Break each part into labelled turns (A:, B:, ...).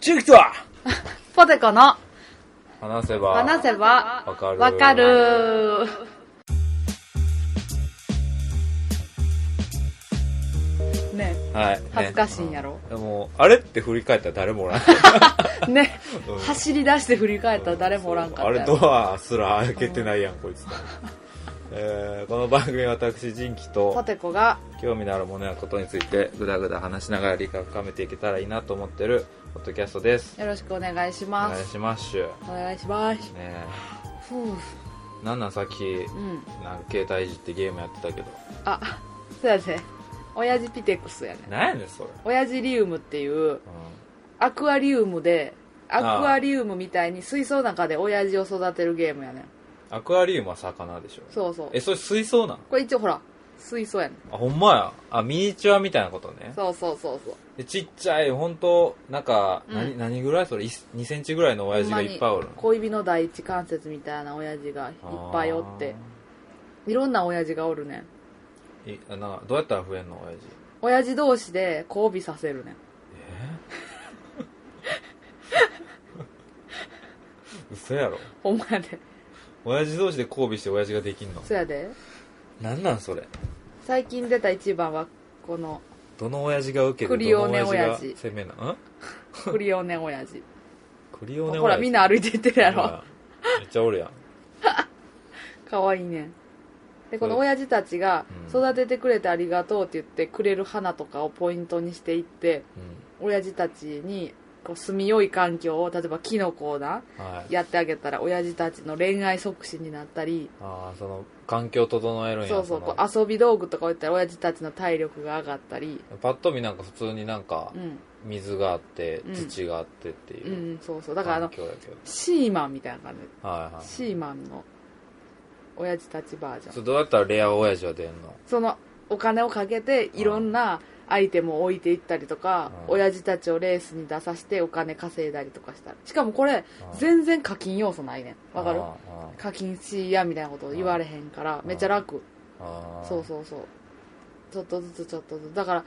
A: 中吉は
B: ポテコの
C: 話せば
B: 話せば
C: わかる
B: わかる。 ね
C: はい、ね
B: 恥ずかしいんやろ。
C: でもあれって振り返ったら誰もおらん
B: ね
C: うん
B: 走り出して振り返ったら誰もおらんかった
C: あ
B: よ
C: れドアすら開けてないやんこいつら、えーこの番組は私仁気
B: ポ
C: と
B: テコが
C: 興味のあるものやことについてぐだぐだ話しながら理解を深めていけたらいいなと思ってるポッドキャストです
B: よろしくお願いし
C: お
B: ま
C: 願い
B: す。
C: しますね
B: お願いします。
C: え
B: ふう
C: なんなんさっき
B: うん。
C: なんか携帯いじってゲームやってたけど
B: あ、そうやね。親父ピテックスやね。
C: なんやねんそれ、
B: 親父リウムっていうアクアリウムで、アクアリウムみたいに水槽の中で親父を育てるゲームやね。
C: アクアリウムは魚でしょ
B: そうそう
C: え。それ水槽なん
B: これ一応ほら、水槽やね。
C: あほんまやあミニチュアみたいなことね
B: そうそうそうそう。
C: でちっちゃい本当なんか、
B: うん
C: 何何ぐらいそれい2センチぐらいの親父がいっぱいおる
B: ほんまに恋人第一関節みたいな親父がいっぱいおっていろんな親父がおるねん
C: あーいなんかどうやったら増えんの親父
B: 親父同士で交尾させるねん
C: 嘘やろ
B: ほんまやで
C: 親父同士で交尾して親父ができんの
B: そやで
C: なんなんそれ
B: 最近出た一番はこの
C: どの親父が受け
B: ク
C: て
B: リ
C: ど
B: オ
C: の
B: ネ
C: 親父
B: 親
C: が
B: 父
C: 攻めなん
B: クリオネ親父
C: クリオネ親父
B: ほらみんな歩いていってるやろ
C: めっちゃおるやん
B: かわいいねんでこの親父たちが
C: うん
B: 育ててくれてありがとうって言ってくれる花とかをポイントにしていって親父たちにこう住みよい環境を例えばキノコをな
C: うんはい
B: やってあげたら親父たちの恋愛促進になったり
C: ああその環境整えるんや
B: そうそう
C: の
B: こう遊び道具とか置いたら親父たちの体力が上がったり
C: パッと見なんか普通になんか
B: うん
C: 水があって
B: うん
C: 土があってっていううん
B: そうそうだからあ
C: 環
B: の
C: 境やけど、
B: シーマンみたいな感じ
C: はいはい
B: シーマンの親父たちバージョ
C: そ
B: ン
C: れどうやったらレア親父は出んの
B: そのお金をかけていろんなアイテムを置いていったりとか
C: うん
B: 親父たちをレースに出させてお金稼いだりとかしたらしかもこれ
C: うん
B: 全然課金要素ないねんわかる
C: あー
B: 課金しいやみたいなこと言われへんからめっちゃ楽
C: あー
B: そうそうそうちょっとずつちょっとずつだから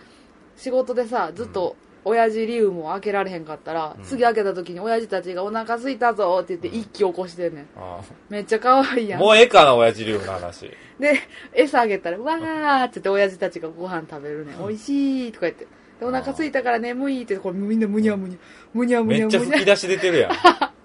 B: 仕事でさずっと親父リウムを開けられへんかったら、
C: うん
B: 次開けた時に親父たちが「お腹空いたぞ」って言って
C: うん
B: 一気起こしてんねん
C: あ
B: めっちゃ可愛
C: ー
B: いやん
C: もうええかな親父流の話
B: で餌あげたら「わー」って言って親父たちがご飯食べるねん「おいしい」とか言って「でお腹空いたから眠い」ってこれみんなむにゃむにゃむにゃむに
C: め
B: ゃ
C: っ
B: む
C: ちゃ
B: に
C: 吹
B: ゃ
C: き出し出てる やん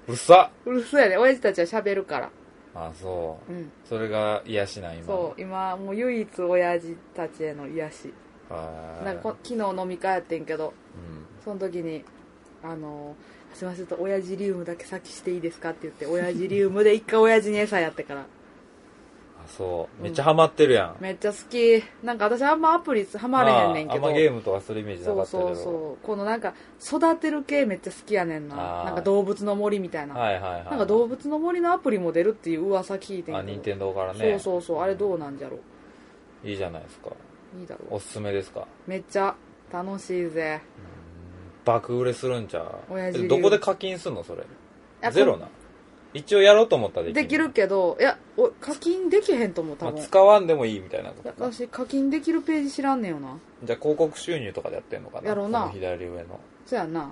C: うっさ
B: うるさいね親父たちは喋るから
C: あそう
B: うん
C: それが癒しない今
B: そう今もう唯一親父たちへの癒し
C: はーい
B: なんかこ昨日飲み会やってんけど
C: うん
B: その時に「あのすいませんちょっと親父リウムだけ先していいですか?」って言って親父リウムで一回親父に餌やってから
C: あそうめっちゃハマってるやん、
B: めっちゃ好きなんか私あんまアプリハマれへんねんけど、
C: まあ、あんまゲームとかするイメージな
B: そ
C: か
B: う
C: ったけど
B: そうそうこのなんか育てる系めっちゃ好きやねんな
C: あー
B: なんか動物の森みたいな、
C: はいはいはい
B: なんか動物の森のアプリも出るっていう噂聞いてんけど
C: あ任天堂から
B: そう
C: ね
B: そうそうあれどうなんじゃろ
C: いいじゃないですか
B: ういいだろ
C: おすすめですか
B: うめっちゃ楽しいぜ
C: 爆売れするんちゃう
B: 親父流
C: えどこで課金すんのそれ
B: あ
C: ゼロな一応やろうと思ったらできる
B: できるけどいやお課金できへんと思う多
C: まあ、
B: 分、
C: 使わんでもいいみたいなことか
B: 私課金できるページ知らんねんよな
C: じゃあ広告収入とかでやってんのかな
B: やろうな
C: この左上の
B: そやな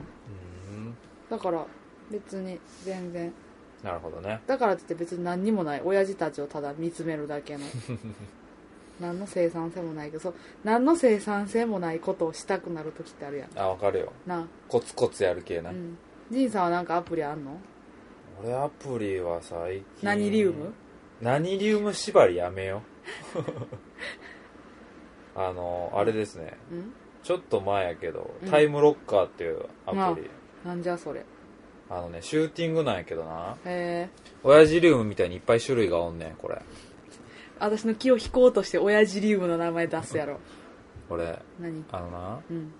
C: うん
B: だから別に全然
C: なるほどね
B: だからって言って別に何にもない親父たちをただ見つめるだ けの何の生産性もないけどそう何の生産性もないことをしたくなる時ってあるやん
C: あわかるよ
B: な
C: コツコツやる系な、
B: あうん仁さんはなんかアプリあんの
C: 俺アプリは最近
B: 何リウム
C: 何リウム縛りやめよ あのあれですね
B: うん
C: ちょっと前やけど、
B: うん
C: タイムロッカーっていうアプリ、
B: なんじゃそれへ
C: あのねシューティングなんやけどな
B: え
C: 親父リウムみたいにいっぱい種類がおんねんこれ
B: 私の気を引こうとして親父リウムの名前出すや ろ
C: 俺
B: 何
C: あのな
B: うん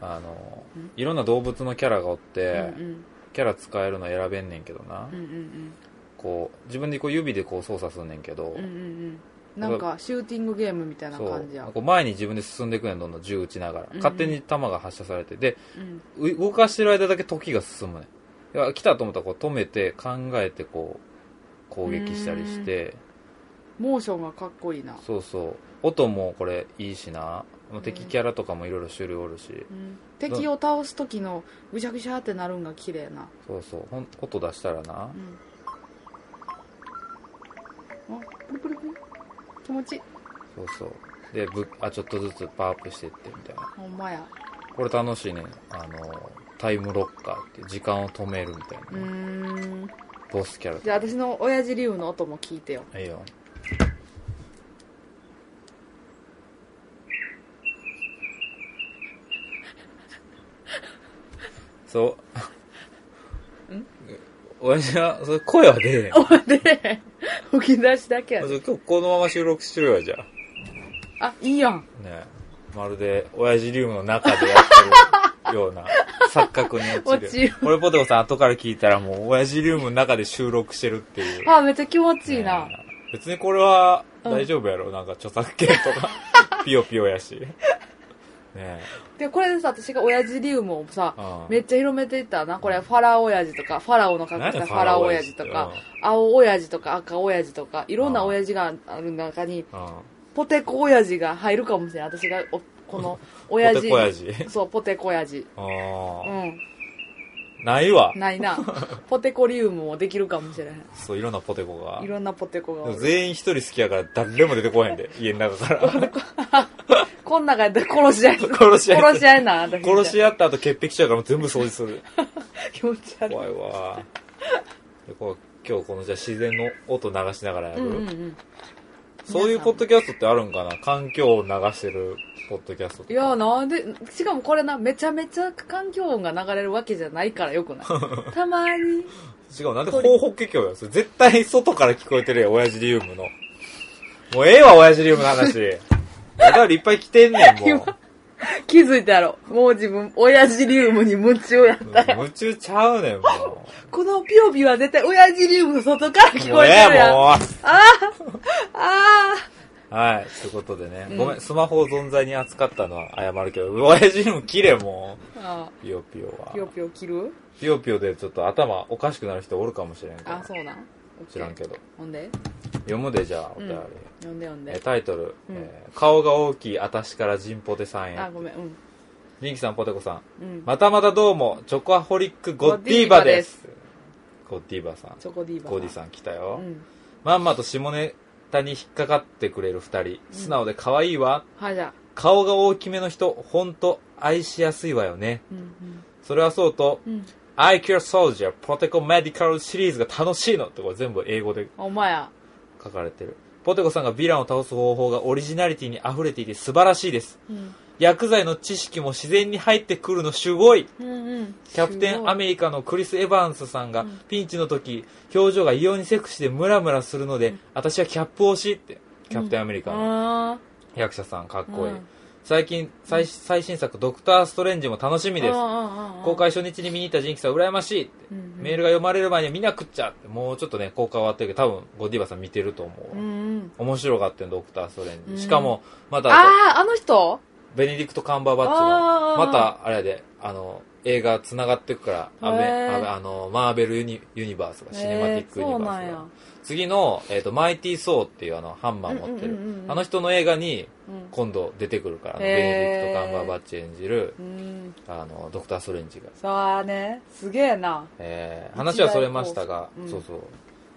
C: あの
B: うん
C: いろんな動物のキャラがおって、
B: うん
C: キャラ使えるの選べんねんけどな、
B: うんうんうん
C: こう自分でこう指でこう操作すんねんけど、
B: うんうんうんうんなんかシューティングゲームみたいな
C: そう
B: 感じや
C: こう前に自分で進んでいくねんどんどん銃撃ちながら、
B: うんうん
C: 勝手に弾が発射されてで
B: うん
C: う動かしてる間だけ時が進むねんいや来たと思ったらこう止めて考えてこう攻撃したりして
B: モーションがかっこいいな
C: そうそう音もこれいいしなまあ、敵キャラとかもいろいろ種類おるし、
B: うん、敵を倒す時のぐちゃぐちゃってなるんが綺麗な、
C: そうそうほん音出したらな
B: うん、あプルプルプル気持ちいい
C: そうそうでぶあちょっとずつパワーアップしてってみたいな
B: ほんまや
C: これ楽しいねあのタイムロッカーっていう時間を止めるみたいうな、
B: ーん
C: ボスキャラと
B: じゃあ私の親父竜の音も聞いてよ
C: いいよそ
B: ん
C: う親父はそれ声は出えへん
B: で吹き出しだけや
C: ま
B: で
C: ず今日このまま収録しろよじゃあ
B: あいいやん
C: ねえまるで親父リウムの中でやってるよう な錯覚に落
B: 落
C: ち
B: ち
C: る
B: る
C: 俺ポテコさん後から聞いたらもう親父リウムの中で収録してるって いう
B: あめっちゃ気持ちいいな、
C: ねえ別にこれは
B: うん
C: 大丈夫やろ、なんか著作権と かピヨピヨやしねえ
B: でこれでさ私が親父竜もさ
C: うん
B: めっちゃ広めていったなこれファラオ親父とかファラオの格好し
C: 何や
B: たファラオ親父とか青親父とか赤親父とかいろんな親父がある中に
C: うんうん
B: ポテコ親父が入るかもしれない私がおこの 親
C: ポテ
B: 父
C: コ親父
B: そうポテコ親父
C: あ
B: う
C: ー
B: ん
C: ないわ
B: な いなポテコリウムもできるかもしれへん
C: そういろんなポテコが
B: いろんなポテコ
C: で
B: がお
C: も
B: る
C: 全員一人好きやから誰も出てこへんで家の中 から
B: こん中で殺し合い
C: 殺し合い
B: 殺し合いな私
C: 殺し合った後潔癖ちゃうから全部掃除する
B: 気持ち悪い
C: 怖いわでこう今日このじゃあ自然の音流しながらや
B: う
C: る、
B: んうんうん
C: そういうポッドキャストってあるんかな環境を流してるポッドキャストとか
B: いやなんでしかもこれなめちゃめちゃ環境音が流れるわけじゃないからよ くないたまに
C: しかもなんで方法結局やそれ絶対外から聞こえてるやん親父リウムのもうええわ親父リウムの 話お便りいっぱい来てんねんもう
B: 気づいたやろもう自分親父リウムに夢中やったよ
C: 夢中ちゃうねんも
B: このピヨピヨは絶対親父リウムの外から
C: う
B: 聞
C: もう
B: こえ
C: え
B: てる
C: え
B: やん
C: も
B: あ
C: うはいということでね、
B: うん
C: ごめんスマホを存在に扱ったのは謝るけど親父リウム切れも
B: ーあ
C: うピヨピヨは
B: ピヨピヨ切る
C: ピヨピヨでちょっと頭おかしくなる人おるかもしれんから
B: あそうなん
C: 知らんけど
B: ほんで
C: 読むでじゃあお便り、
B: うん呼んで呼ん
C: え
B: で
C: タイトル、
B: うん
C: えー顔が大きい私からジンポテさん
B: あ
C: へ
B: ごめんうん
C: リンキさんポテコさん
B: うん
C: またまたどうもチョコアホリックゴッディーバですゴッディーバさん
B: チョコディーバ
C: ゴディさん来たよ、
B: うん
C: まんまと下ネタに引っかかってくれる二人素直で可愛いわ、
B: はいじゃあ
C: 顔が大きめの人ほんと愛しやすいわよね
B: うん
C: それはそうと
B: うんうん
C: 「I Care Soldier ポテコメディカルシリーズが楽しいの」ってこれ全部英語で
B: お前や
C: 書かれてるポテコさんがヴィランを倒す方法がオリジナリティに溢れていて素晴らしいです
B: うん
C: 薬剤の知識も自然に入ってくるのすごい
B: うんうん
C: キャプテンアメリカのクリス・エヴァンスさんが
B: うん
C: ピンチの時、表情が異様にセクシーでムラムラするので、私はキャップ推しってキャプテンアメリカの
B: あ
C: 役者さんかっこいい、
B: うん
C: 最近最最新作「ドクター・ストレンジ」も楽しみです公
B: 公
C: 開初日に見に行ったジンキさん羨ましいって、メールが読まれる前には見なくっちゃってもうちょっとね公開終わってるけど多分ゴディバさん見てると思うわ、
B: うん
C: 面白かったよドクター・ストレンジ、
B: うん
C: しかもまた
B: あああの人
C: ベネディクト・カンバーバッチ
B: あ
C: の
B: ー
C: またあれやであの映画つながってくからアベ
B: へー
C: アベあのマーベルユニユニバースがシネマティック・ユニ
B: そ
C: バ
B: う
C: ー
B: なん
C: ス
B: や
C: が次の、えーと「マイティ・ソー」っていうあのハンマー持ってる、
B: うんうんうんうん
C: あの人の映画に
B: うん
C: 今度出てくるから、
B: へー
C: ベネディクト・カンバーバッチ演じる
B: うん
C: あのドクター・ストレンジが、
B: さあねすげえな
C: えー話はそれましたが、
B: 一大構想うん
C: そうそう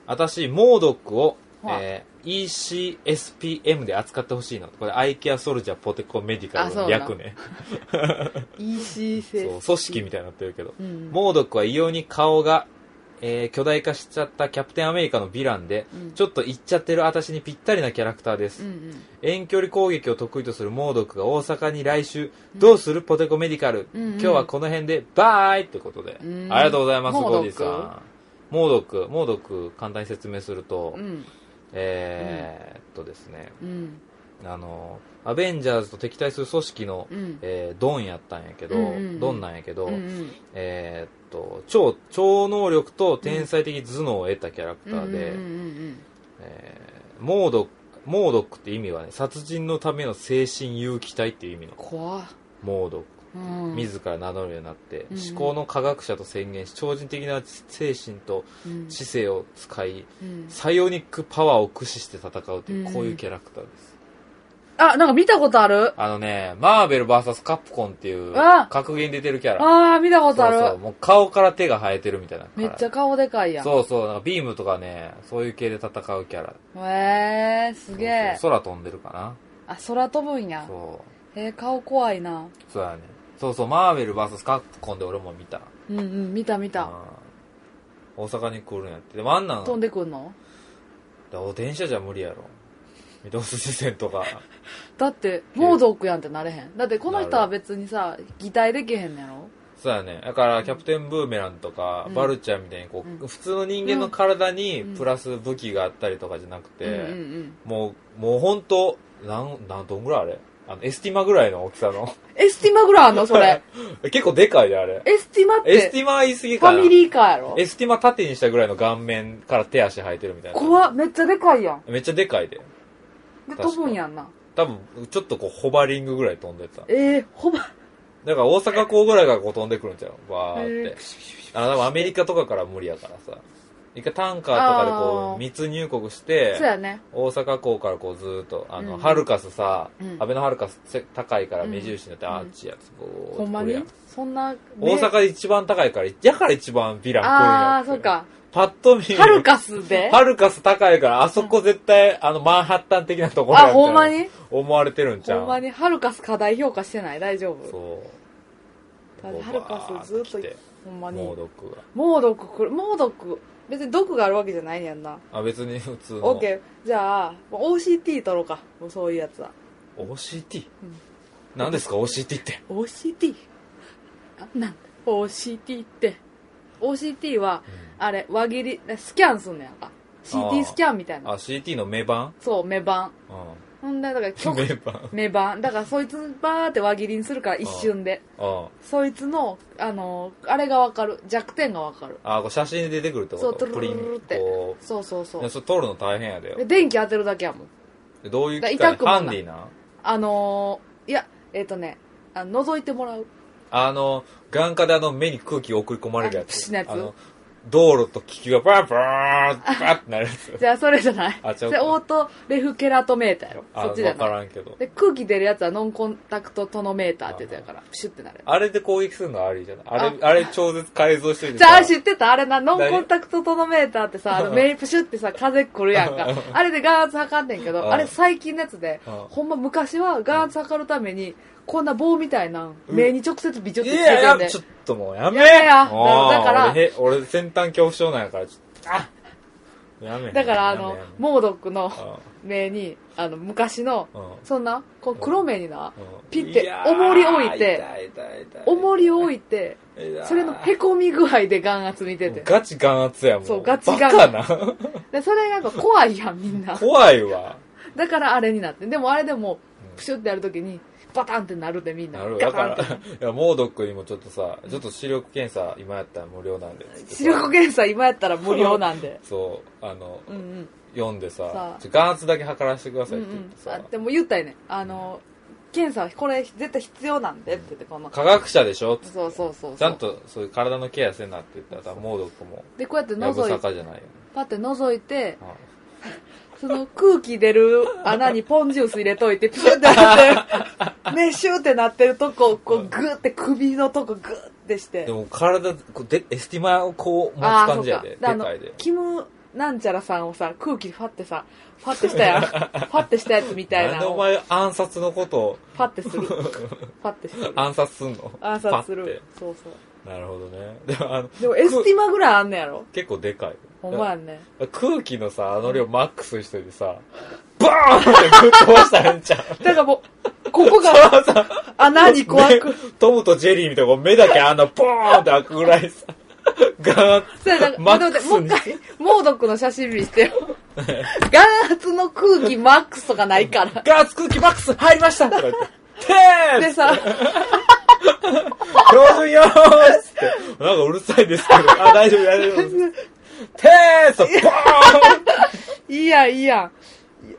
C: 私モードックを、
B: はい
C: えー ECSPM で扱ってほしいのこれアイケア・ソルジャー・ポテコ・メディカルの略ね
B: いい姿
C: そう組織みたいになってるけど、
B: たいうん
C: モードックは異様に顔が、えー巨大化しちゃったキャプテンアメリカのヴィランで、
B: うん
C: ちょっと言っちゃってる私にぴったりなキャラクターです、
B: うんうん
C: 遠距離攻撃を得意とするモードックが大阪に来週、どうするポテコメディカル、
B: うんうん
C: 今日はこの辺でバーイってことで、
B: うん
C: ありがとうございます
B: モー
C: ゴ
B: ド
C: ディ
B: ック
C: さんモードックモードック簡単に説明すると、
B: うん
C: えー、っとですね
B: うん
C: あのアベンジャーズと敵対する組織の、
B: うん
C: えードンやったんやけど、
B: うんうんうん
C: ドンなんやけど、
B: うんうん
C: えーっと超超能力と天才的頭脳を得たキャラクターで、
B: うんうん
C: えーモードモードックって意味はね殺人のための精神有機体っていう意味の
B: 怖っ
C: モードック
B: うん
C: 自ら名乗るようになって、
B: うん
C: 思考の科学者と宣言し超人的な精神と
B: うん
C: 知性を使い、
B: うん
C: サイオニックパワーを駆使して戦うという、
B: うん
C: こういうキャラクターです
B: あ、なんか見たことある
C: あのね、マーベル VS カプコンっていう
B: あ、
C: 格言出てるキャラ。
B: あー、見たことある。
C: そうそう、もう顔から手が生えてるみたいな。
B: めっちゃ顔でかいやん。へ
C: そうそう、なんかビームとかね、そういう系で戦うキャラ。
B: えー、すげえ。
C: そうそう空飛んでるか
B: あ、空飛ぶんや
C: な。。そう。
B: へえー、顔怖いな。
C: そうやね。そうそう、マーベル VS カプコンで俺も見た。
B: うんうん、見た見
C: うん
B: た。
C: 大阪に来るんやって。でもあんなん、
B: 飛んでくんの
C: だお電車じゃ無理やろ。御堂筋線とか。
B: だって、モードックやんってなれへん。だってこの人は別にさ、擬態できへんのやろ
C: そうやね。だから、キャプテンブーメランとか、
B: うん
C: バルちゃんみたいに、こう、
B: う
C: 普
B: ん
C: 通の人間の体に
B: うん
C: プラス武器があったりとかじゃなくて、
B: うんうんうん。
C: もう、もうほんと、なん、なん、どんぐらいあれあの、エスティマぐらいの大きさの。
B: エスティマぐらいあんのそれ。
C: 結構でかいで、あれ。
B: エスティマっ
C: エステ
B: て、
C: ィマは言い過ぎ
B: フ
C: か
B: ァ
C: な。
B: ミリーカーやろ
C: エスティマ縦にしたぐらいの顔面から手足生えてるみたいな。
B: 怖っめっちゃでかいやん。
C: めっちゃでかいで。
B: で、
C: 確かに
B: 飛ぶんやんな。
C: 多分、ちょっとこう、ホバリングぐらい飛んでた。
B: えー、ほば、
C: だから大阪港ぐらいがこう飛んでくるんちゃうバーっ
B: え
C: て。あの、多分アメリカとかから無理やからさ。一回タンカーとかでこ
B: あー
C: う、密入国し
B: ー、
C: て
B: そう、やね。
C: 大阪港からこうずーっと、あの、
B: うん
C: ハルカスさ、
B: うん
C: 安倍のハルカスせ高いから目印になって、
B: うん
C: あっちやつ、こう。
B: ほんま
C: 来るや
B: にそんな、
C: 大阪で一番高いから、やから一番ヴィラン来るんや
B: あ
C: っ
B: ー、
C: て
B: そ っ。か。
C: パッと見。
B: ハルカスで
C: ハルカス高いから、あそこ絶対、あの、マンハッタン的なところや
B: あ、ほんま
C: み
B: に
C: たいな思われてるんちゃう
B: ほんまに、ハルカス過大評価してない大丈夫
C: そう。
B: だってハルカスずっと
C: バーて
B: ほんまに。
C: 猛毒が。
B: 猛毒くる、猛毒。別に毒があるわけじゃないやんな。
C: あ、別に普通
B: オ
C: の
B: ッ。ケー。じゃあ、OCT 取ろうか。もうそういうやつは。
C: OCT?
B: うん
C: 何ですか ?OCT って。
B: OCT? あなんだ ?OCT って。OCT は、あれ、輪切り、スキャンすんのやんか。
C: あー
B: CT スキャンみたい
C: あ、
B: な。
C: CT の目盤
B: そう、目盤。
C: う
B: ほんで、だから、
C: ん。
B: 曲
C: 目盤。
B: 目盤。だから、そいつ、バーって輪切りにするから、一瞬で。
C: うん。
B: そいつの、あのー、あれがわかる。弱点がわかる。
C: あ、こう写真で出てくるってこと
B: そうトゥルルルルって
C: こ
B: そうそう
C: う。い
B: そ
C: や
B: う。
C: それ撮るの大変やでよ
B: で。電気当てるだけやもん。
C: でどういう
B: だ
C: 機
B: 痛
C: 械
B: くもな
C: ハ
B: い
C: ンディな
B: あのー、いや、えっ、とね、あ覗いてもらう。
C: あの、眼科であの目に空気送り込まれるや
B: あプシ
C: つ。
B: ュのやつ
C: あの、道路と気球がバーバーッバーってなるやつ。
B: じゃあ、それじゃない。
C: あちゃ
B: そうれ、オートレフケラトメーターやろ。
C: あ、
B: そっ
C: わ
B: ちじゃ
C: か
B: ない。
C: らんけど。
B: で、空気出るやつはノンコンタクトトノメーターって言うやつやから、プシュってなる。
C: あれで攻撃するのありじゃないあれ、あれ超絶改造してる
B: じゃあ、知
C: し
B: ってたあれな、ノンコンタクトトノメーターってさ、あの、メイプシュっ てさ、風来るやんか。あれで眼圧測んねんけ
C: う
B: ど、
C: ん
B: あれ最近のやつで、
C: うん
B: ほんま昔は眼圧測るために、こんな棒みたいなん、目に直接ビチョっ
C: い
B: てつけてん
C: やい
B: で
C: や、ちょっともうやめ
B: やめや
C: もう
B: だから
C: 俺へ、俺先端恐怖症なんやから、ちょっと、あやめ。
B: だから、あ
C: や
B: の
C: めやめ、
B: モードックの
C: あ
B: 目に、あの、昔の、
C: うん
B: そんな、こう黒目にな、
C: うん
B: ピッて
C: いやー
B: 重り置いて
C: 痛い痛い痛い
B: 重りを置いて、それのへ
C: こ
B: こみ具合で眼圧見てて。
C: ガチ眼圧やもん。
B: そうガチ眼
C: バ
B: 圧
C: カな。
B: で、それがなんか怖いやん、みん な。
C: 怖いわ。
B: だからあれになって。でもあれでも
C: うん、
B: プシュってやるときに、バタンってなるでみんな。
C: なるほど。
B: ガ
C: だ
B: タ
C: か
B: ンっ
C: ら、
B: て
C: いや、モードックにもちょっとさ、ちょっと視力検査今やったら無料なんで。。
B: 視力検査今やったら無料なんで
C: そう、あの、
B: うんうん。
C: 読んでさ
B: さ、
C: ちょ眼圧だけ測らせてくだ
B: う
C: さ
B: ん
C: いうって言っ
B: ん
C: て。
B: あ
C: さ、
B: でも言ったよね。あの、検査はこれ絶対必要なんでって言って、この。
C: 科学者でしょ
B: そうそうそうそう。
C: ちゃんとそういう体のケアせんなって言ったらさ、モードックも、
B: で、こうやって
C: やぶ
B: 覗
C: さ
B: いて、
C: かじゃないよね。
B: パって覗いて、
C: あ
B: その空気出る穴にポンジュース入れといて、プシュって なってる、メシューってなってるとこを、こう、グーって首のとこグーってして
C: で。も体、こうでエスティマをこう持つ
B: ああ
C: 感じやで、で
B: そうか
C: か
B: あ
C: い
B: の
C: で。
B: キムなんちゃらさんをさ空気でファってさファってした やんファってしたやつみたい
C: なん
B: な
C: で
B: の
C: お
B: を
C: 前暗殺のことを
B: ファっ てするファってする
C: 暗殺すんの
B: 暗殺す
C: パッ
B: る
C: て
B: そうそう
C: なるほどね。でもあの、
B: でもエスティマぐらいあんねやろ
C: 結構でかい。
B: ほんまやんね
C: 空気のさ、あの量マックスにしといてさ、バーンってぶっ飛ばしたらええんちゃう
B: だからもうここ が穴に怖く
C: 目トムとジェリーみたいなこう目だけあんなボーンって開くぐらいさ、ガーン
B: そうやだから
C: マッ
B: でも
C: ク
B: で
C: ス
B: もう
C: に
B: 一回モードックの写真見してよ 眼圧の空気マックスとかないから
C: ガーツ空気マックス入りましたとか言っ て、てー
B: で
C: っつって
B: さ
C: 標準よーっつって、なんかうるさいですけど、あ、大丈夫大丈夫です。てー っつって、ボ
B: いいやんいいやん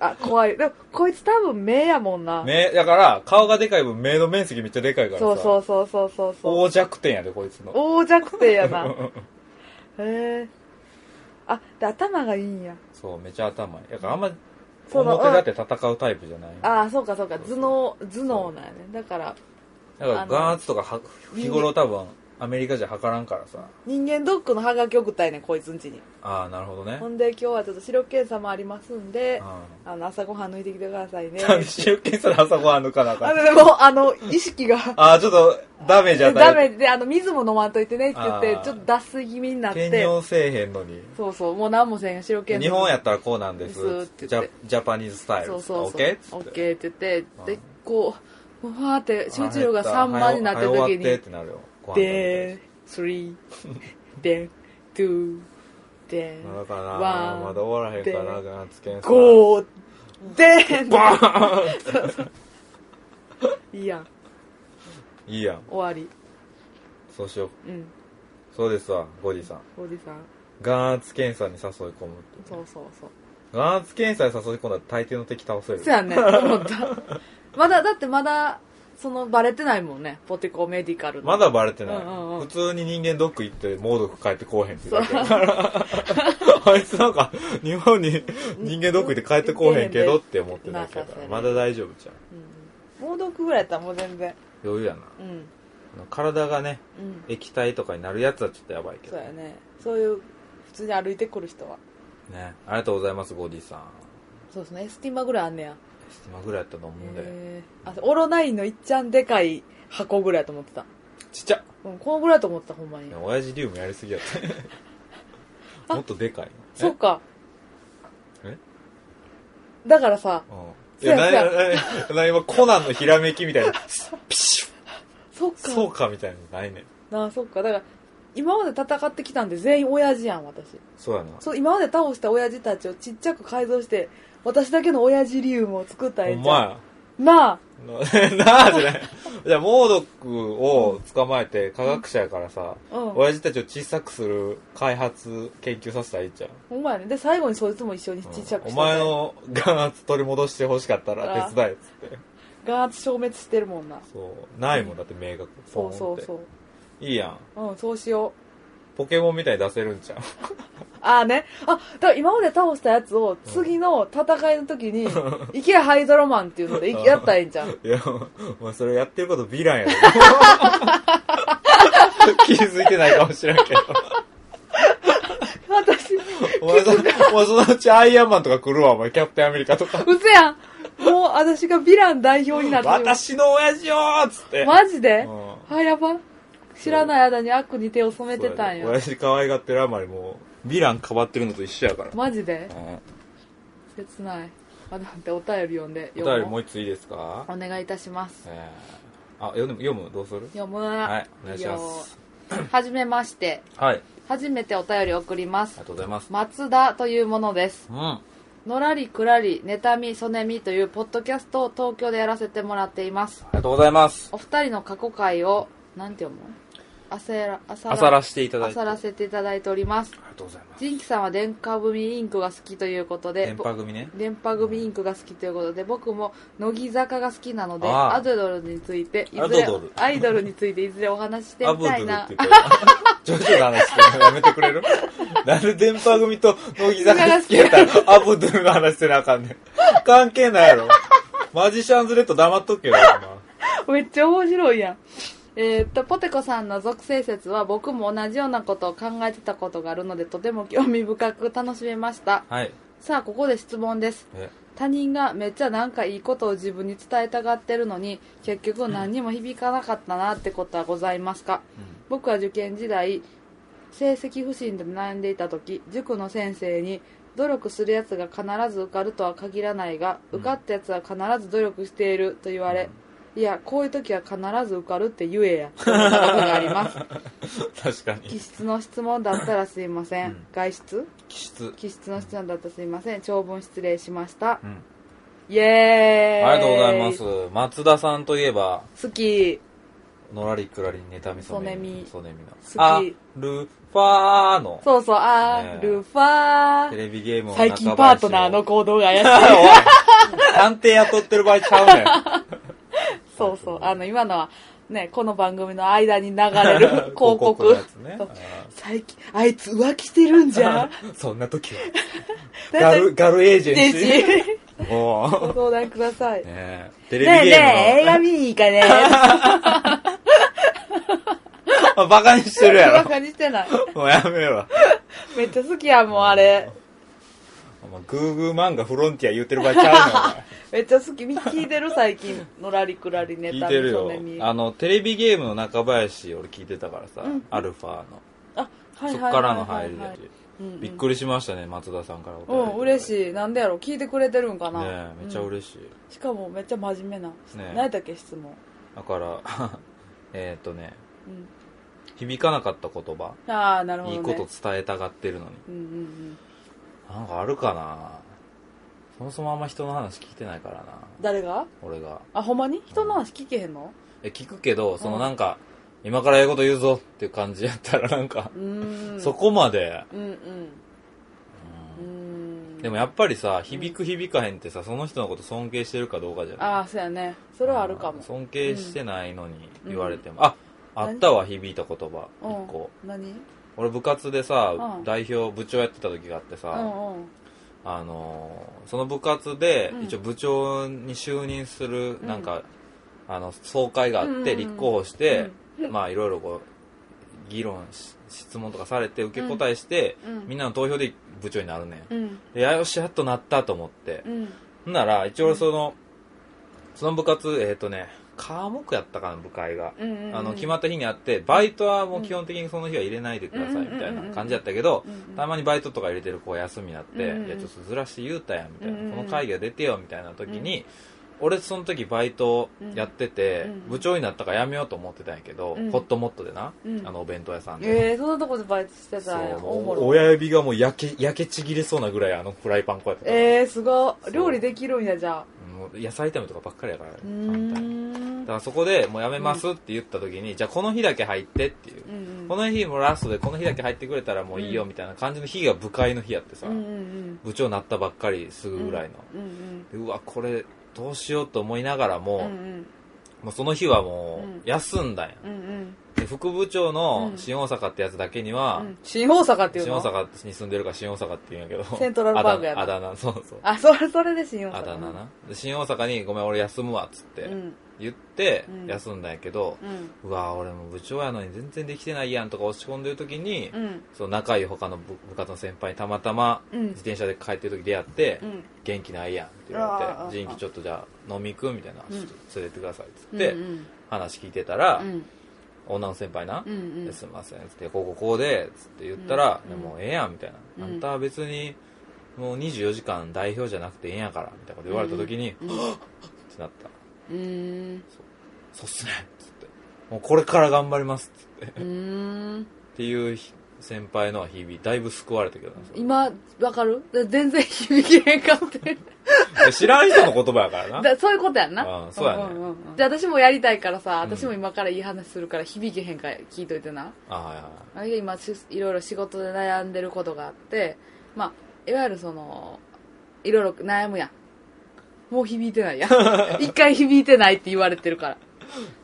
B: あ怖いでもこいつ多分目やもんな
C: ーン目、だから、顔がでかい分目の面積めっちゃでかいからさ、
B: そうそうそうそうそうそう
C: 大弱点やで、こいつの。
B: 大弱点 やなへえあで頭がいいんや
C: そう、めっちゃ頭いい。だからあんま、
B: その
C: 表だって戦うタイプじゃない。
B: ああそうかそうか頭脳頭脳なんやねだから
C: だから
B: あの
C: ガーンツとかは日頃多分アメリカじゃ測らんからさ。
B: 人間ドックのハガキ送ったんやねんこいつんちに
C: ああ、なるほどね
B: ほ。んで今日はちょっと視力検査もありますんで
C: う
B: あの朝ごはん抜いてきてくださ いね
C: ん。視力検査の朝ごはん抜かなあか
B: あ
C: ん。
B: のでもあの意 識が
C: ああ、ちょっとダメじゃない。
B: ダメであの水も飲まんといてねって言って
C: あー
B: ちょっと脱水気味になっ
C: 転
B: て
C: 用せえへんのに。
B: そうそうもう何もせんよ視力検
C: 日
B: 査
C: 本やったらこうなんです
B: ですって
C: ジ
B: 言っ
C: ャ
B: て
C: ジャパニーズスタイル
B: そうそうそう
C: オッケー
B: オ
C: っつって
B: ッケーって言っ
C: うん
B: てでこうふわーって集中力が3番になってる
C: は
B: 時
C: い終わってっ
B: に
C: てなるよご飯食べ
B: で3で2で
C: てだから
B: ワ
C: な
B: ン
C: まだ終わらへんから
B: で
C: なつけんさ
B: 5で
C: バーン
B: いいやん
C: いいやん
B: 終わり
C: そうしよう
B: うん
C: そうですわゴディさん
B: おじさん
C: 眼圧検査に誘い込むって
B: そうそうそう
C: 眼圧検査に誘い込んだら大抵の敵倒せる
B: そやね思ったまだだってまだそのバレてないもんねポテコメディカルの
C: まだバレてない、
B: うんうんうん
C: 普通に人間ドック行って猛毒帰ってこうへんって言うだけだから あいつなんか日本に人間ドック行って帰ってこうへんけどって思ってないけど
B: なんかそうやね
C: まだ大丈夫じゃん
B: うん猛毒ぐらいやったらもう全然
C: 余裕やな
B: うん
C: あの体がね
B: うん
C: 液体とかになるやつはちょっとやばいけ
B: そ
C: ど
B: うやねそういう普通に歩いてくる人は
C: ねありがとうございますゴディさん
B: そうですねエスティマぐらいあんねや
C: 今ぐらいやったと思うんで
B: へーあオロナインのいっちゃんでかい箱ぐらいやと思ってた
C: ちっちゃ
B: うんこのぐらいやと思ってたほんまに
C: いや親父リウムやりすぎやった
B: あ
C: もっとでかいの
B: そうか
C: え
B: だからさ
C: えうんいや
B: そうやそ
C: なな今コナンのひらめきみたいなピシュ
B: そっか
C: そうかみたいなのないね
B: なあそっかだから今まで戦ってきたんで全員親父やん私
C: そうやな
B: そう今まで倒した親父たちをちっちゃく改造して私だけの親父リウムを作ったらえ
C: お
B: えんちゃ
C: 前
B: うなあ
C: な なあじゃないじゃあ猛毒を捕まえて科学者やからさ、
B: うん
C: 親父たちを小さくする開発研究させたらいいじゃん
B: ほんまやねで最後にそいつも一緒にちっちゃく
C: お
B: して、
C: 前の眼圧取り戻してほしかったら手伝えっつって
B: 眼圧消滅してるもんな
C: そうないもんだって明確
B: そうそうそう
C: ういいやん
B: うんそうしよう
C: ポケモンみたいに出せるんちゃう
B: ああね。あ、だから今まで倒したやつを次の戦いの時 に、イケアハイドロマンっていうのでいやったらええんじゃん。
C: いやお前それやってることヴィランやろ 気づいてないかもしれんけど
B: 私、う
C: お前そお前そのうちアイアンマンとか来るわお前キャプテンアメリカとか
B: せやん。もう私がヴィラン代表になってしまう
C: 私の親父よーっつって
B: マジで、
C: うん
B: あ、やば。知らない間に悪に手を染めてた
C: そう
B: ん
C: やね親
B: よ。
C: 父可愛がってるあまりもうヴィランかばってるのと一緒やから、
B: マジで
C: うん
B: 切ない。あ、なんてお便り読んで。
C: お便りもう
B: う
C: 一ついいですか
B: お願いいたします。
C: えーあ読む読むどうする
B: 読む。
C: はいお願いします
B: いいよ。はじめまして。
C: はいあり
B: 初めてお便り送ります
C: が。とうございます
B: 松田というものです。
C: うん
B: のらりくらり、妬み、そねみというポッドキャストを東京でやらせてもらっています
C: あ。りがとうございます。
B: お二人の過去回を、なんて読むのあせら、あさ
C: あさらしていただいて。
B: あさらせていただいております。
C: ありがとうございます。
B: ジンキさんは電波組インクが好きということで
C: 電、波組ね。
B: 電波組インクが好きということで、僕も乃木坂が好きなので、
C: あー
B: アドドルについて、い
C: ア
B: ず
C: ド
B: れ
C: ドル、
B: アイドルについていずれお話し して
C: ア
B: み
C: ブド
B: た
C: ゥ
B: い
C: ルっ
B: な
C: て言っ。てる。ジョジョの話してるのやめてく れるなんで電波組と乃木坂が好きやったら アブドゥルの話してなあかんねん。関係ないやろ。マジシャンズレッド黙っとけよ、
B: めっちゃ面白いやん。えーっと、ポテコさんの属性説は僕も同じようなことを考えてたことがあるのでとても興味深く楽しめました。
C: 今。はい。
B: さあ、ここで質問です。
C: え
B: 他人がめっちゃなんかいいことを自分に伝えたがってるのに結局何にも響かなかったなってことはございますか、僕は受験時代成績不振で悩んでいた時塾の先生に努力するやつが必ず受かるとは限らないが受かったやつは必ず努力していると言われ、いやこういう時は必ず受かるって言えやと思ったことがあり ます
C: 確か
B: 気
C: に。
B: 質の質問だったらすいません、
C: うん
B: 外出
C: 気質。
B: 気質の質問だったらすいません長文失礼しました
C: うん。
B: イエーイ
C: ありがとうございます。松田さんといえば、
B: 好き
C: のらりくらりネタみそねみ。
B: そ
C: そねみの。
B: き
C: あ、ルファーの
B: そうそうあー、
C: ねえ
B: ルファ
C: テ
B: ー
C: レビゲームを
B: 最近パートナー の行動が怪しい
C: おい探偵雇ってる場合ちゃうね ん。
B: そうそうあの今のはねこの番組の間に流 れる広告
C: のやつね
B: そう最近あ いつ浮気してるんじゃん
C: そんな時は。
B: だ
C: ガ
B: い
C: ル、ガルエージェンシー。
B: たい
C: お
B: ご
C: ー
B: 相談ください。
C: ね
B: ね
C: えテ
B: え
C: レビゲームの、
B: ねえ、映画見に行かね
C: あバカにしてる
B: え。
C: や
B: バカにしてない。
C: ろ。もうやめろ。わ。
B: めっちゃ好きやもん、あれ。
C: お前グーグー漫画フロンティア言ってる場合ち ゃうのよ
B: めっちゃ好き。み聞いてる最近。のらりくらり
C: お
B: ネ
C: 前。聞
B: タ
C: いてる
B: み
C: よ
B: そねみ。
C: あの、テレビゲームの中林、俺聞いてたからさ、
B: うん
C: アルファの。
B: あ、は
C: そっからの入りだし。
B: うんうん
C: びっくりしましたね、松田さんからお
B: う
C: 便り。
B: ん、嬉
C: ね
B: しい。なんでやろ聞いてくれてるんかな。
C: えめっちゃ
B: うん
C: 嬉しい。
B: しかもめっちゃ真面目な。
C: ね
B: 何だっけ、質問。
C: だから、 えーっとね、
B: うん
C: 響かなかった言葉、
B: ああ、なるほど、
C: い
B: ね。
C: いこと伝えたがってるのに。
B: うんうんうん。
C: なんかあるかなそもそもあんま人の話聞いてないからな、
B: 誰が
C: 俺が。
B: あ、ほんまに人の話聞けへんの
C: え聞くけど、そのなんか、今からええこと言うぞっていう感じやった らなんか
B: う、ーん。
C: そ。こまで、
B: うんうん。うーん。
C: でもやっぱりさ、響く響かへんってさ、その人のこと尊敬してるかどうかじゃない
B: ああ、そうやね。それはあるかも。
C: 尊敬してないのに言われても。あ、あったわ、響いた言葉、一
B: うん
C: 個。
B: 何うん
C: 俺部活でさ、
B: うん
C: 代表、部長やってた時があってさ、
B: うん。
C: あのーその部活で
B: うん
C: 一応部長に就任する
B: うん
C: なんか、あの総会があ
B: うんうん
C: っ
B: う
C: て
B: ん
C: 立候補して、 まあいろいろこう議論し質問とかされて受け答えして、
B: うん
C: みんなの投票で部長になるねん、
B: うん。
C: でやよしやっとなったと思って
B: う、ん。
C: ほん、なら一応その、その部活えっ、とね科目やったかな部会が、
B: うんうんうん。
C: あの決まった日にあってバイトはもう基本的にその日は入れないでくださいみたいな感じやったけど、
B: うんうん
C: たまにバイトとか入れてる子が休みになって、
B: うんうん
C: いやちょっとずらして言うたやんみたいな、
B: うんうん
C: この会議は出てよみたいな時に、俺その時バイトやってて、
B: うん
C: 部長になったからやめようと思ってたんやけど、
B: うん
C: ホットモットでな、
B: うん
C: あのお弁当屋さんで、
B: ええー、そんなとこでバイトして
C: そう
B: たんや。
C: も
B: お
C: う
B: もろ。
C: 親指がもう焼け焼けちぎれそうなぐらいあのフライパンこうやってた、
B: ええー、すご
C: そう
B: い。料理できるんや、じゃあ。
C: もう野菜炒めとかばっかりやから、ね
B: うー
C: 簡単に
B: ん
C: だ。からそこでもうやめますって言った時に、じゃあこの日だけ入ってっていう、
B: うんうん
C: この日もラストでこの日だけ入ってくれたらもういいよみたいな感じの日が部会の日やってさ、
B: うんうん
C: 部長になったばっかりすぐぐらいの、
B: うん。うん
C: うわこれどうしようと思いながらも
B: うん。う、ん
C: もうその日はも
B: うん
C: う休んだんや、
B: うん。うん
C: で副部長の
B: うん
C: 新大阪ってやつだけに
B: う
C: は、
B: ん。新大阪っていう
C: 新
B: の
C: 大阪に住んでるから新大阪って言うんやけど
B: セントラルパークやな
C: あだ名あだ名そうそう
B: あ、それ、それで新大阪。
C: あだ名なで新大阪に「ごめん俺休むわ」っつっ
B: う
C: て
B: ん。
C: 言って
B: うん
C: 休んだんやけど、
B: うん。
C: うわ俺も部長やのに全然できてないやんとか落ち込んでる時に、
B: うん。
C: その仲いい他の部部活の先輩にたまたま
B: うん
C: 自転車で帰ってる時出会って、
B: うん。
C: 元気ないやんって言わ
B: あーあ
C: れ
B: ー
C: て「仁気ちょっとじゃあ飲み行く?」みたいな「
B: うん
C: ちょっと連れてってください」っつ
B: う
C: っ
B: ん
C: て
B: うん。
C: 話聞いてたら
B: うん。
C: 女の先輩な
B: う
C: 「
B: んうん
C: で。すいません」っつって「こうこうこうで」っつって言ったら「
B: うん
C: いやもうええやん」みたいな「
B: うん
C: あんたは別にもう24時間代表じゃなくてええんやから」みたいなこと言われた時に「は
B: うん
C: ぁはぁってなった
B: うーん。
C: 「そうっすね」っつって「もうこれから頑張ります」っつって
B: うーん。
C: っていう先輩の日々だいぶ救われたけどなそれ
B: 今、わかる 全然響けへんかって。
C: いや知らん人の言葉やからな
B: だそういうことやんな。
C: うんそうやね
B: んんうんじゃあ私もやりたいからさ、私も今からいい話するから響けへんから聞いといてな。
C: あはいは
B: あれ今、しいろいろ仕事で悩んでることがあって、まあ、いわゆるその、いろいろ悩むやん。もう響いてな いやん。一回響いてないって言われてるから。
C: い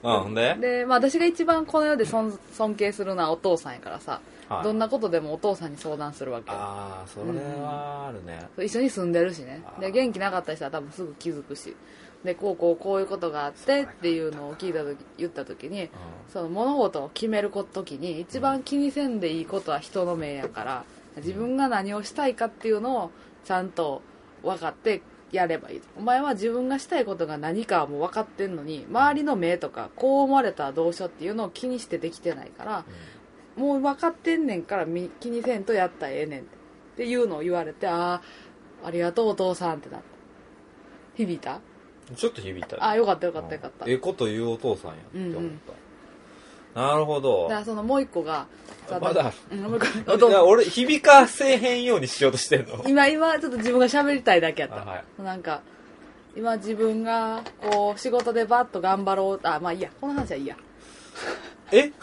C: うんほんで
B: で、まあ私が一番この世で尊尊敬するのはお父さんやからさ、
C: はい
B: どんなことでもお父さんに相談するわけよ
C: ああそれはあるね
B: 一緒に住んでるしね
C: あー
B: で元気なかった人は多分すぐ気づくしでこうこうこういうことがあってっていうのを聞いた時言った時にその物事を決める時に一番気にせんでいいことは人の目やから自分が何をしたいかっていうのをちゃんと分かってやればいいお前は自分がしたいことが何かはもう分かってんのに周りの目とかこう思われたらどうしようっていうのを気にしてできてないから
C: うん
B: もう分かってんねんからみ気にせんとやったらええねんっていうのを言われてああありがとうお父さんってなった響いた
C: うんちょっと響いた
B: ああ
C: よ
B: よかったよかったよかった
C: うんええこと言うお父さんやって思
B: う
C: っ
B: ん
C: たなるほ
B: だ
C: ど
B: からそのもう一個が
C: まだある
B: うんもう一個お
C: い
B: 父さ
C: や
B: ん
C: 俺響かせへんようにしようとしてんの
B: 今今ちょっと自分が喋りたいだけやっ
C: あは
B: たなんか今自分がこう仕事でバッと頑張ろうあまあいいやこの話はいいや
C: え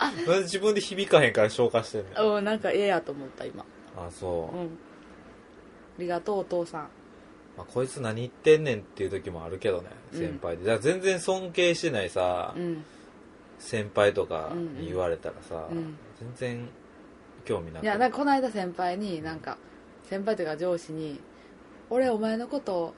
C: なんで自分で響かへんから消化してんの
B: うんなんかええやと思った今
C: あそううん
B: ありがとうお父さん
C: まあこいつ何言ってんねんっていう時もあるけどね
B: うん
C: 先輩でだから全然尊敬してないさ
B: うん
C: 先輩とかに言われたらさ、
B: うんうん
C: 全然興味なく
B: いやなんかこの間先輩になんか先輩というか上司に俺お前のことを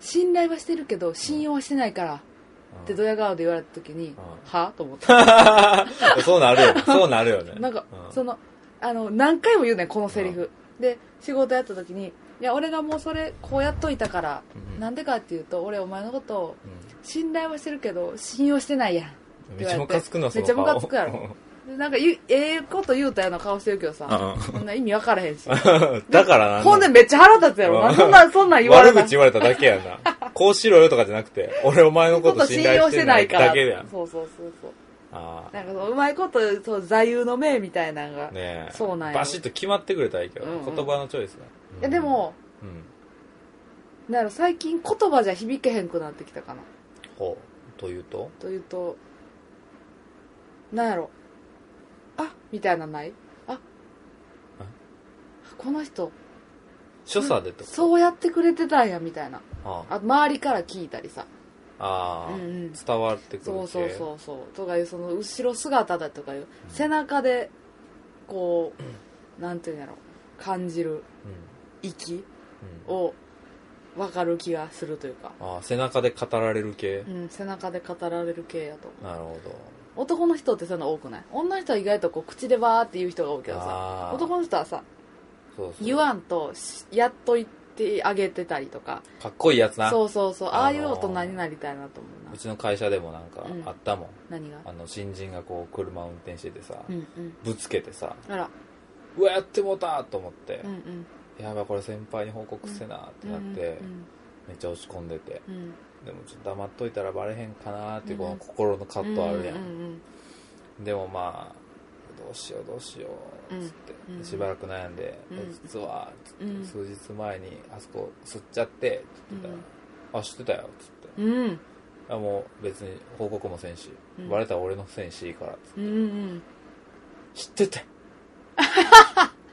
B: 信頼はしてるけど信用はしてないからってドヤ顔で言われた時にはと思った
C: そうなるよね。そうなるよね。
B: なんか
C: う
B: そのあの何回も言うねんこのセリフで仕事やった時にいや俺がもうそれこうやっといたから
C: うん
B: なんでかっていうと俺お前のことを
C: うん
B: 信頼はしてるけど信用してないやん
C: めっちゃムカつくな、そ
B: めっ
C: の
B: ちゃ
C: 顔。
B: ムカつくやろでなんか言うええこと言うたような顔してるけどさ
C: うん
B: そんな意味わからへん し
C: だからなんだ
B: ほんでめっちゃ腹立つやろ
C: う
B: なんそんなそんなん言われ
C: 悪
B: た
C: 口言われただけやな。 こうしろよとかじゃなくて、俺お前の
B: ちょ
C: こ
B: っと
C: と
B: 信
C: 信
B: 用
C: 頼
B: し
C: してて
B: な
C: ないい
B: から
C: だけだよ。
B: そうそうそうそう
C: あ
B: なんかそううまいことそう座右の銘みたいなのが、
C: あ。ねえ。
B: そうなんや
C: バシッと決まってくれたらいいけど、
B: うんうん
C: 言葉のチョイスが。
B: いやで、も
C: うん。
B: なんやろ最近言葉じゃ響けへんくなってきたかな
C: ほう。というと
B: というとなんやろあみたいなのないあ
C: あ
B: この人
C: 所作でってこと
B: そうやってくれてたんやみたいな
C: あ
B: あ周りから聞いたりさ
C: あ
B: う
C: あ
B: んうん
C: 伝わってくる
B: そうそう
C: う
B: そうそうとかいうその後ろ姿だとかいう、背中でこうなんていうんやろ感じる息
C: うん、うん
B: を分かる気がするというか、
C: ああ背中で語られる系
B: う、ん、背中で語られる系やと
C: なるほど
B: 男の人ってそういうの多くない女の人は意外とこう口でバーって言う人が多いけどさ
C: あー
B: 男の人はさ
C: そうそう
B: 言わんとしやっと言ってあげてたりとか
C: かっこいいやつな
B: そうそうそう
C: あのー
B: ああいう大人になりたいなと思うな
C: うちの会社でもなんか
B: うん
C: あったもん、
B: 何が
C: あの新人がこう車運転しててさ、
B: うんうん
C: ぶつけてさ
B: あら
C: うわやってもうたと思って
B: うんう、ん
C: やばいこれ先輩に報告せなってなって、
B: うん
C: めっちゃ落ち込んでて
B: うんうん
C: でもちょっと黙っといたらバレへんかなーっていうこ
B: う
C: の
B: ん
C: 心の葛藤あるやん、
B: うんうん
C: でもまあどうしようどうしよう
B: うん
C: つって、
B: うん
C: しばらく悩んで、
B: うん
C: え実はつって
B: うん
C: 数日前にあそこ吸っちゃってって言ったら、あ知ってたよつって、
B: うんうん
C: あもう別に報告もせんし、
B: うん
C: バレたら俺のせんしいいからつっ
B: うんうん
C: て知って たよ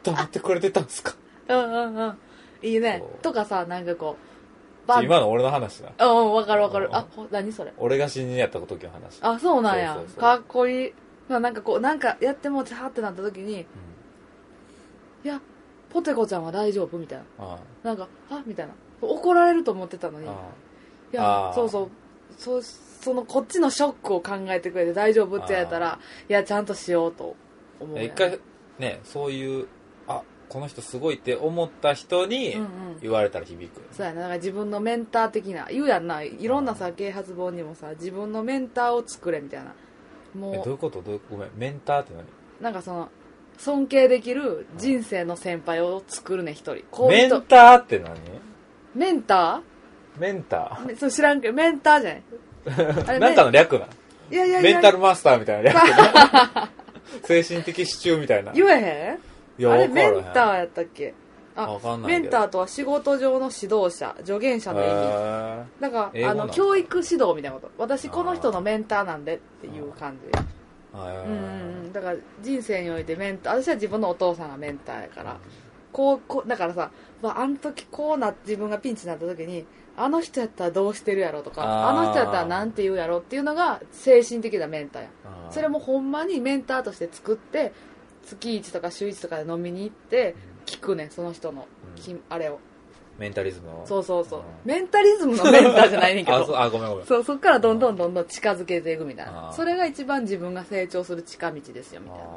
C: 黙ってくれてたんすか
B: うんうんうんいいね
C: そう
B: とかさなんかこう バン
C: 今の俺の話な
B: うんうんわかるわかる
C: うん
B: あほ何それ
C: 俺が新人やった時の話
B: あそうなんや
C: そうそうそう
B: かっこいいまあなんかこうなんかやってもうてはってなった時に
C: うん
B: いやポテコちゃんは大丈夫みたいな
C: あ
B: なんかあみたいな怒られると思ってたの
C: あ
B: にい
C: あ
B: や
C: あー
B: そうそうそそのこっちのショックを考えてくれて大丈夫って言われたらいやちゃんとしようと思う
C: あ
B: やん
C: 一回ねそういうあこの人すごいって思った人に
B: うんうん
C: 言われたら響く、
B: そうやななんか自分のメンター的な言うやんないろんなさ啓発本にもさ自分のメンターを作れみたいな
C: えど
B: も
C: ういうことどういうごめんメンターって何
B: うなんかその尊敬できる人生の先輩を作るね一人こうい
C: メ
B: う人
C: ンターって何
B: メンタ
C: メンタ
B: ーめそう知らんけどメンタ ーじゃないあ
C: ー
B: れ
C: なんかの略ない
B: やいやいや
C: メンタルマスターみたいな略な精神的支柱みたいな。い
B: 言えへん
C: や
B: あれ
C: わから
B: メ
C: へん
B: ンターやったっけあ
C: わかんない
B: メ
C: けど
B: ンターとは仕事上の指導者助言者の意味
C: へー
B: だか
C: 英語
B: らあ
C: なん
B: の
C: だ
B: 教育指導みたいなこと私この人のメンターなんでっていう感じうんうんうんだから人生においてメンター私は自分のお父さんがメンターやからこうこうだからさうわあの時こうな自分がピンチになった時にあの人やったらどうしてるやろとかあ
C: あー
B: の人やったらなんて言うやろっていうのが精神的なメンターや
C: あー
B: それもほんまにメンターとして作って月1とか週1とかで飲みに行って聞くねんその人の、きあれを
C: メンタリズムを
B: そうそうそう
C: あー
B: メンタリズムのメンターじゃないねんけ
C: あそう
B: ど
C: あごめんごめん
B: そうそっからどんどんどんどん近づけていくみたい
C: あ
B: な
C: ー
B: それが一番自分が成長する近道ですよみ
C: あ
B: たいな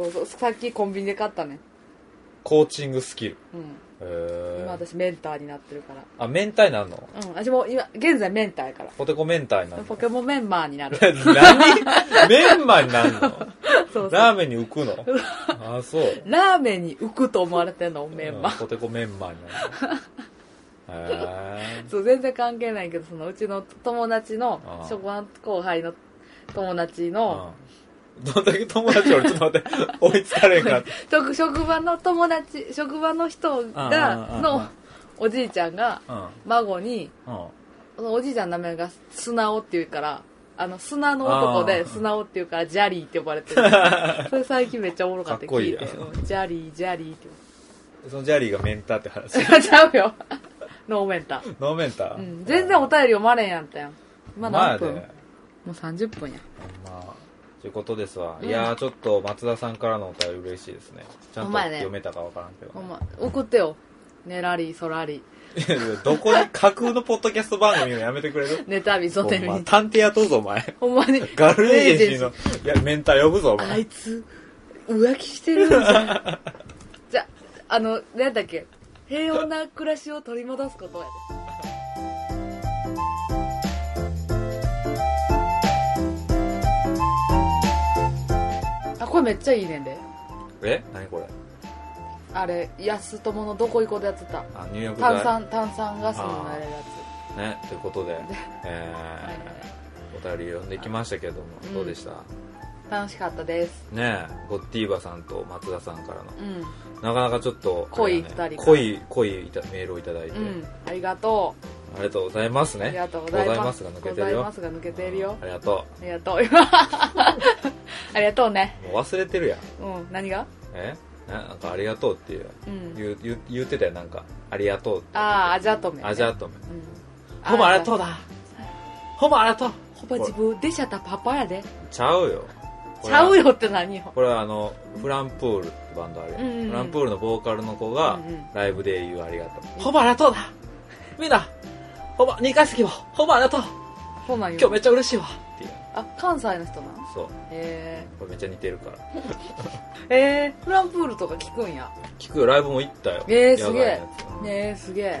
C: ー
B: そうそうさっきコンビニで買ったね
C: コーチングスキル
B: うん
C: へ
B: 今
C: ー
B: 私メンターになってるから
C: あメンターになるの
B: うん私も今現在メンターやから
C: ポテコメンターになる
B: ポ
C: の
B: ケモンメンマーになる
C: 何メンマになるの
B: そうそう
C: ラーメンに浮く のあそう
B: ラーメンに浮くと思われてんのメンマ
C: うんポテコメンマになるのへー
B: そう全然関係ないけどそのうちの友達の
C: ああ
B: 職場の後輩の友達 の
C: うんどんだけ友達俺ちょっと 待って追いつかれんかって
B: 職職場の友達職場の人
C: あああ
B: が
C: ああ
B: の
C: あ
B: おじいちゃんが
C: うん
B: 孫に
C: うん
B: そのおじいちゃんの名前が素直っていうからあの砂の男
C: あ
B: で
C: あ
B: 素直っていうからジャリーって呼ばれてる それ最近めっちゃおもろかった
C: かっこい
B: 聞
C: い
B: い
C: やん
B: てうんジャリージャリーって
C: そのジャリーがメンターって話
B: ちゃうよ ノーメンター、
C: ノーメンター、
B: うん、全然お便り読まれんやったやん今
C: まあ
B: 何分もう30分や
C: まあ、ということですわ。
B: うん
C: いやー、ちょっと松田さんからのお便り嬉しいですね。ちゃん
B: ほん
C: と
B: まやね
C: 読めたかわからんけど
B: ほ
C: ね、
B: んま送ってよねらりそらり
C: いやいや どこに架空のポッドキャスト番組をやめてくれる
B: ネタビソテ
C: ほんま
B: ミ
C: 探偵雇うぞ、お 前。
B: ほんまに
C: ガルエージェンシーの、いや、メンター呼ぶぞ、お
B: あ
C: 前。
B: いつ浮気してるんじゃ んじゃあの何だっけ平穏な暮らしを取り戻すことやであこれめっちゃいいねんで
C: え何これ
B: あれ安友のどこ行こうでやってた
C: あ、入浴剤
B: 炭酸炭酸ガスのなれるや
C: ね、ということ で、えー、お便り読んできましたけども、
B: うん
C: どうでした
B: つ楽しかったです
C: ねえ、ゴッティーバさんと松田さんからの、
B: うん
C: なかなかちょっと、
B: 濃
C: あ
B: い
C: れだね
B: 二人が
C: 濃い、濃いいたメールをいただいて、
B: うんありがとう
C: ありがとうございますね。
B: ありがとうございま
C: ご
B: す
C: ざいますが抜けてるよ。
B: ございますが抜けてるよ
C: うんありがと
B: ありがとうありがとう ね
C: う。もう忘れてるやん。
B: うん何が
C: えななんかありがとうっていう、
B: うん
C: 言う言う言ってたよ、なんか、ありがとうって。
B: ああアジャートメ
C: あ、じゃあと思う、
B: うん
C: ほぼありがとうだ。ほぼありがとう。
B: ほぼ自分でしゃたパパやで
C: ちゃうよ。こ
B: ち
C: れは
B: ゃうよって何よ
C: これはあのフランプールってバンドあるやん、
B: うんうんうん
C: フランプールのボーカルの子が
B: うんうん
C: ライブで言うありがとう、ほぼありがとうだみんなほぼ2階席もほぼありがとう
B: そうなんよ
C: っちゃ嬉しいわっていう
B: あ関西の人なん
C: そう
B: へ
C: これめっちゃ似てるから
B: ええー、フランプールとか聞くんや
C: 聞くよライブも行ったよ
B: えーす
C: 野外
B: げえ
C: のやつ
B: ねえすげ
C: そう
B: え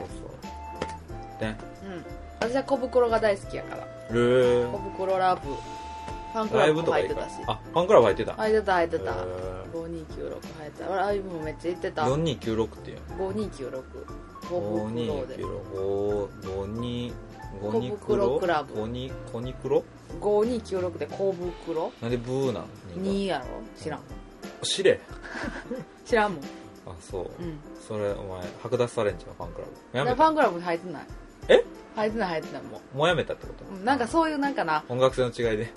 C: そうね
B: うん私は小袋が大好きやから
C: へー
B: 小袋ラブファンク
C: ラ
B: ラ
C: イ
B: ブ
C: ブ
B: も
C: とか
B: 入
C: 行
B: っ
C: くか
B: てたし
C: あファンクラブ入ってた
B: 入ってた入ってた
C: へ
B: 5296入ってたライブもめっちゃ行ってた
C: ー4296っていう
B: 5296小袋で
C: 5296 52
B: 小袋クラブ
C: 52コニクロ
B: 5296で小袋
C: なんでブーなん
B: 2やろ知らん
C: 知れ
B: 知らんもん
C: あそう、
B: うん
C: それお前剥奪されんじゃんファンクラブや
B: な
C: め
B: ファ
C: た
B: ンクラブに入ってない
C: え
B: 入ってない入ってないも
C: もうやめたってこと
B: ううんなんかそういうなんかな
C: 音楽性の違いで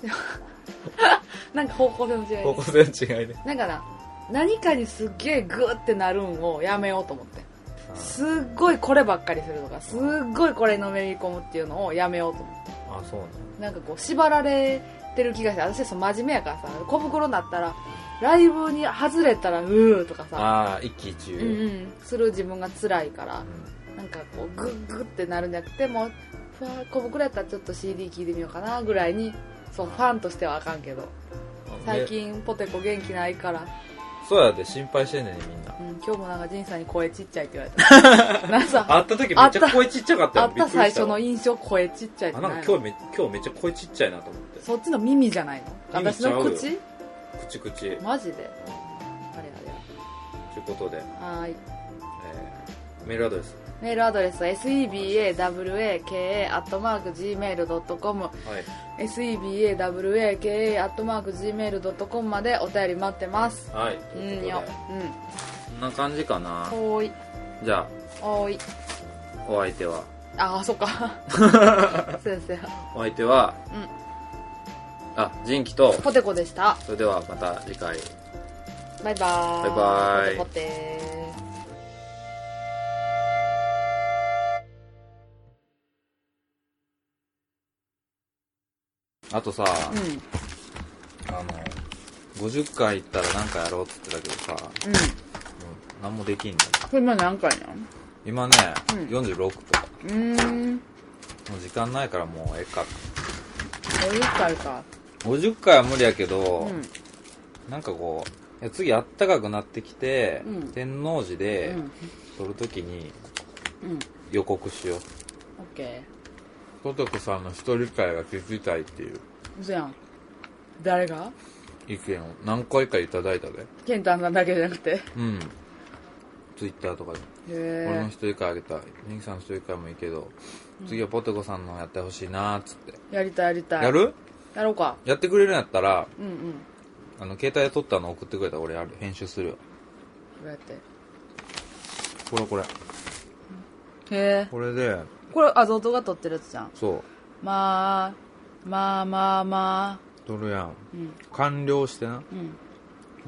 B: なんか方向性の違い
C: 方向性の違いで
B: なんかな何かにすっげえグーってなるんをやめようと思ってすっごいこればっかりするとかすっごいこれのめり込むっていうのをやめようと思っ
C: ああそうなの
B: てなんかこう縛られてる気がして私はその真面目やからさ小袋になったらライブに外れたらうーとかさ
C: ああ一喜一
B: う
C: 憂、
B: んうんする自分が辛いから
C: うん
B: なんかこうグッグッってなるんじゃなくてもうふわ小袋やったらちょっと CD 聴いてみようかなぐらいにそうファンとしてはあかんけど最
C: で
B: 近ポテコ元気ないから、
C: そうやで心配してんねんねみんな
B: うん、今日もなんか仁さんに声ちっちゃいって言われ たなんさ
C: 会った時めっちゃ声ちっちゃかったよ
B: あっ
C: び
B: た
C: くり
B: 最
C: しわ
B: 初の印象声ちっちゃいって
C: あ
B: な
C: なん
B: い
C: か
B: の
C: 今日め今日めっちゃ声ちっちゃいなと思って
B: そっちの耳じゃないの
C: 耳
B: 私
C: ちゃうよ
B: の口
C: 口口ちゅ
B: マジであれ
C: うことで、
B: あれはーい
C: えー、メールアドレス
B: メールアドレスは sebawaka.gmail.com
C: はい
B: sebawaka.gmail.com までお便り待ってます
C: はい
B: うんようん
C: こんな感じかな
B: おーい
C: じゃ
B: おーい
C: あお相手は
B: ああそっ か先生
C: お相手は、
B: うん
C: あジンキと
B: ポテコでした
C: それではまた次回
B: バイバ
C: バ
B: ーイ
C: イバイ
B: ポテポテ
C: あとさ、
B: うん
C: あの50回行ったら何かやろうって言ってたけどさも
B: うん
C: う何もできんだよ
B: これ今何回なん
C: 今ね、
B: うん
C: 46とか
B: うーん
C: もう時間ないからもうええか
B: 50回か
C: 50回は無理やけ
B: う
C: ど、
B: ん
C: なんかこういや次あったかくなってきて、
B: うん
C: 天王寺で
B: うん
C: 撮るときに
B: うん
C: 予告しよう
B: オッケー
C: トトコさんの一人会が聞きたいっていう
B: 嘘やん誰が
C: 意見を何回かいただいたで
B: ケンタンさんだけじゃなくてへ
C: うんツイッターとかで俺の
B: え
C: 一人会あげたいニキさんの一人会もいいけど次はポテコさんのやってほしいなーっつって、
B: やりたいやりたい
C: やる
B: やろうか
C: やってくれるんやったら
B: うんうん
C: あの携帯で撮ったの送ってくれたら俺やる編集するよ
B: こうやってへ
C: これこれ
B: え
C: これで
B: これあゾウトが撮ってるやつじゃん
C: そう
B: まあまあまあま
C: 撮るやん
B: あうん
C: 完了してな
B: うん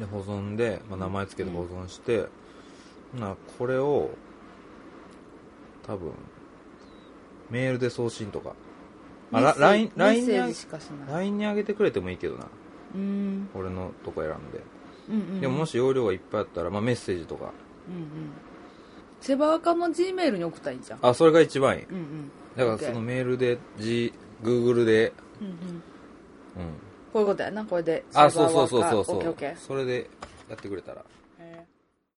C: で保存で、まあ、名前つけて保存して、ほなこれを多分メールで送信とか、まあ、
B: メッセージ
C: LINE に
B: メッセ
C: あ
B: ー
C: げ
B: ジしかしない
C: LINE にあげてくれてもいいけどな
B: うん
C: 俺のとこ選んで、
B: うんうん
C: でももし容量がいっぱいあったら、まあ、メッセージとか
B: うんうんセバアカの G メールに送ったらいいじゃん
C: あそれが一番いい
B: うんうん
C: だからそのメールで、G、Google で、
B: うんうん
C: うん、
B: こういうことやなこれで
C: あそうそうそうそう
B: セバアカ
C: そ
B: オッケーオッケー
C: うそれでやってくれたら
B: へー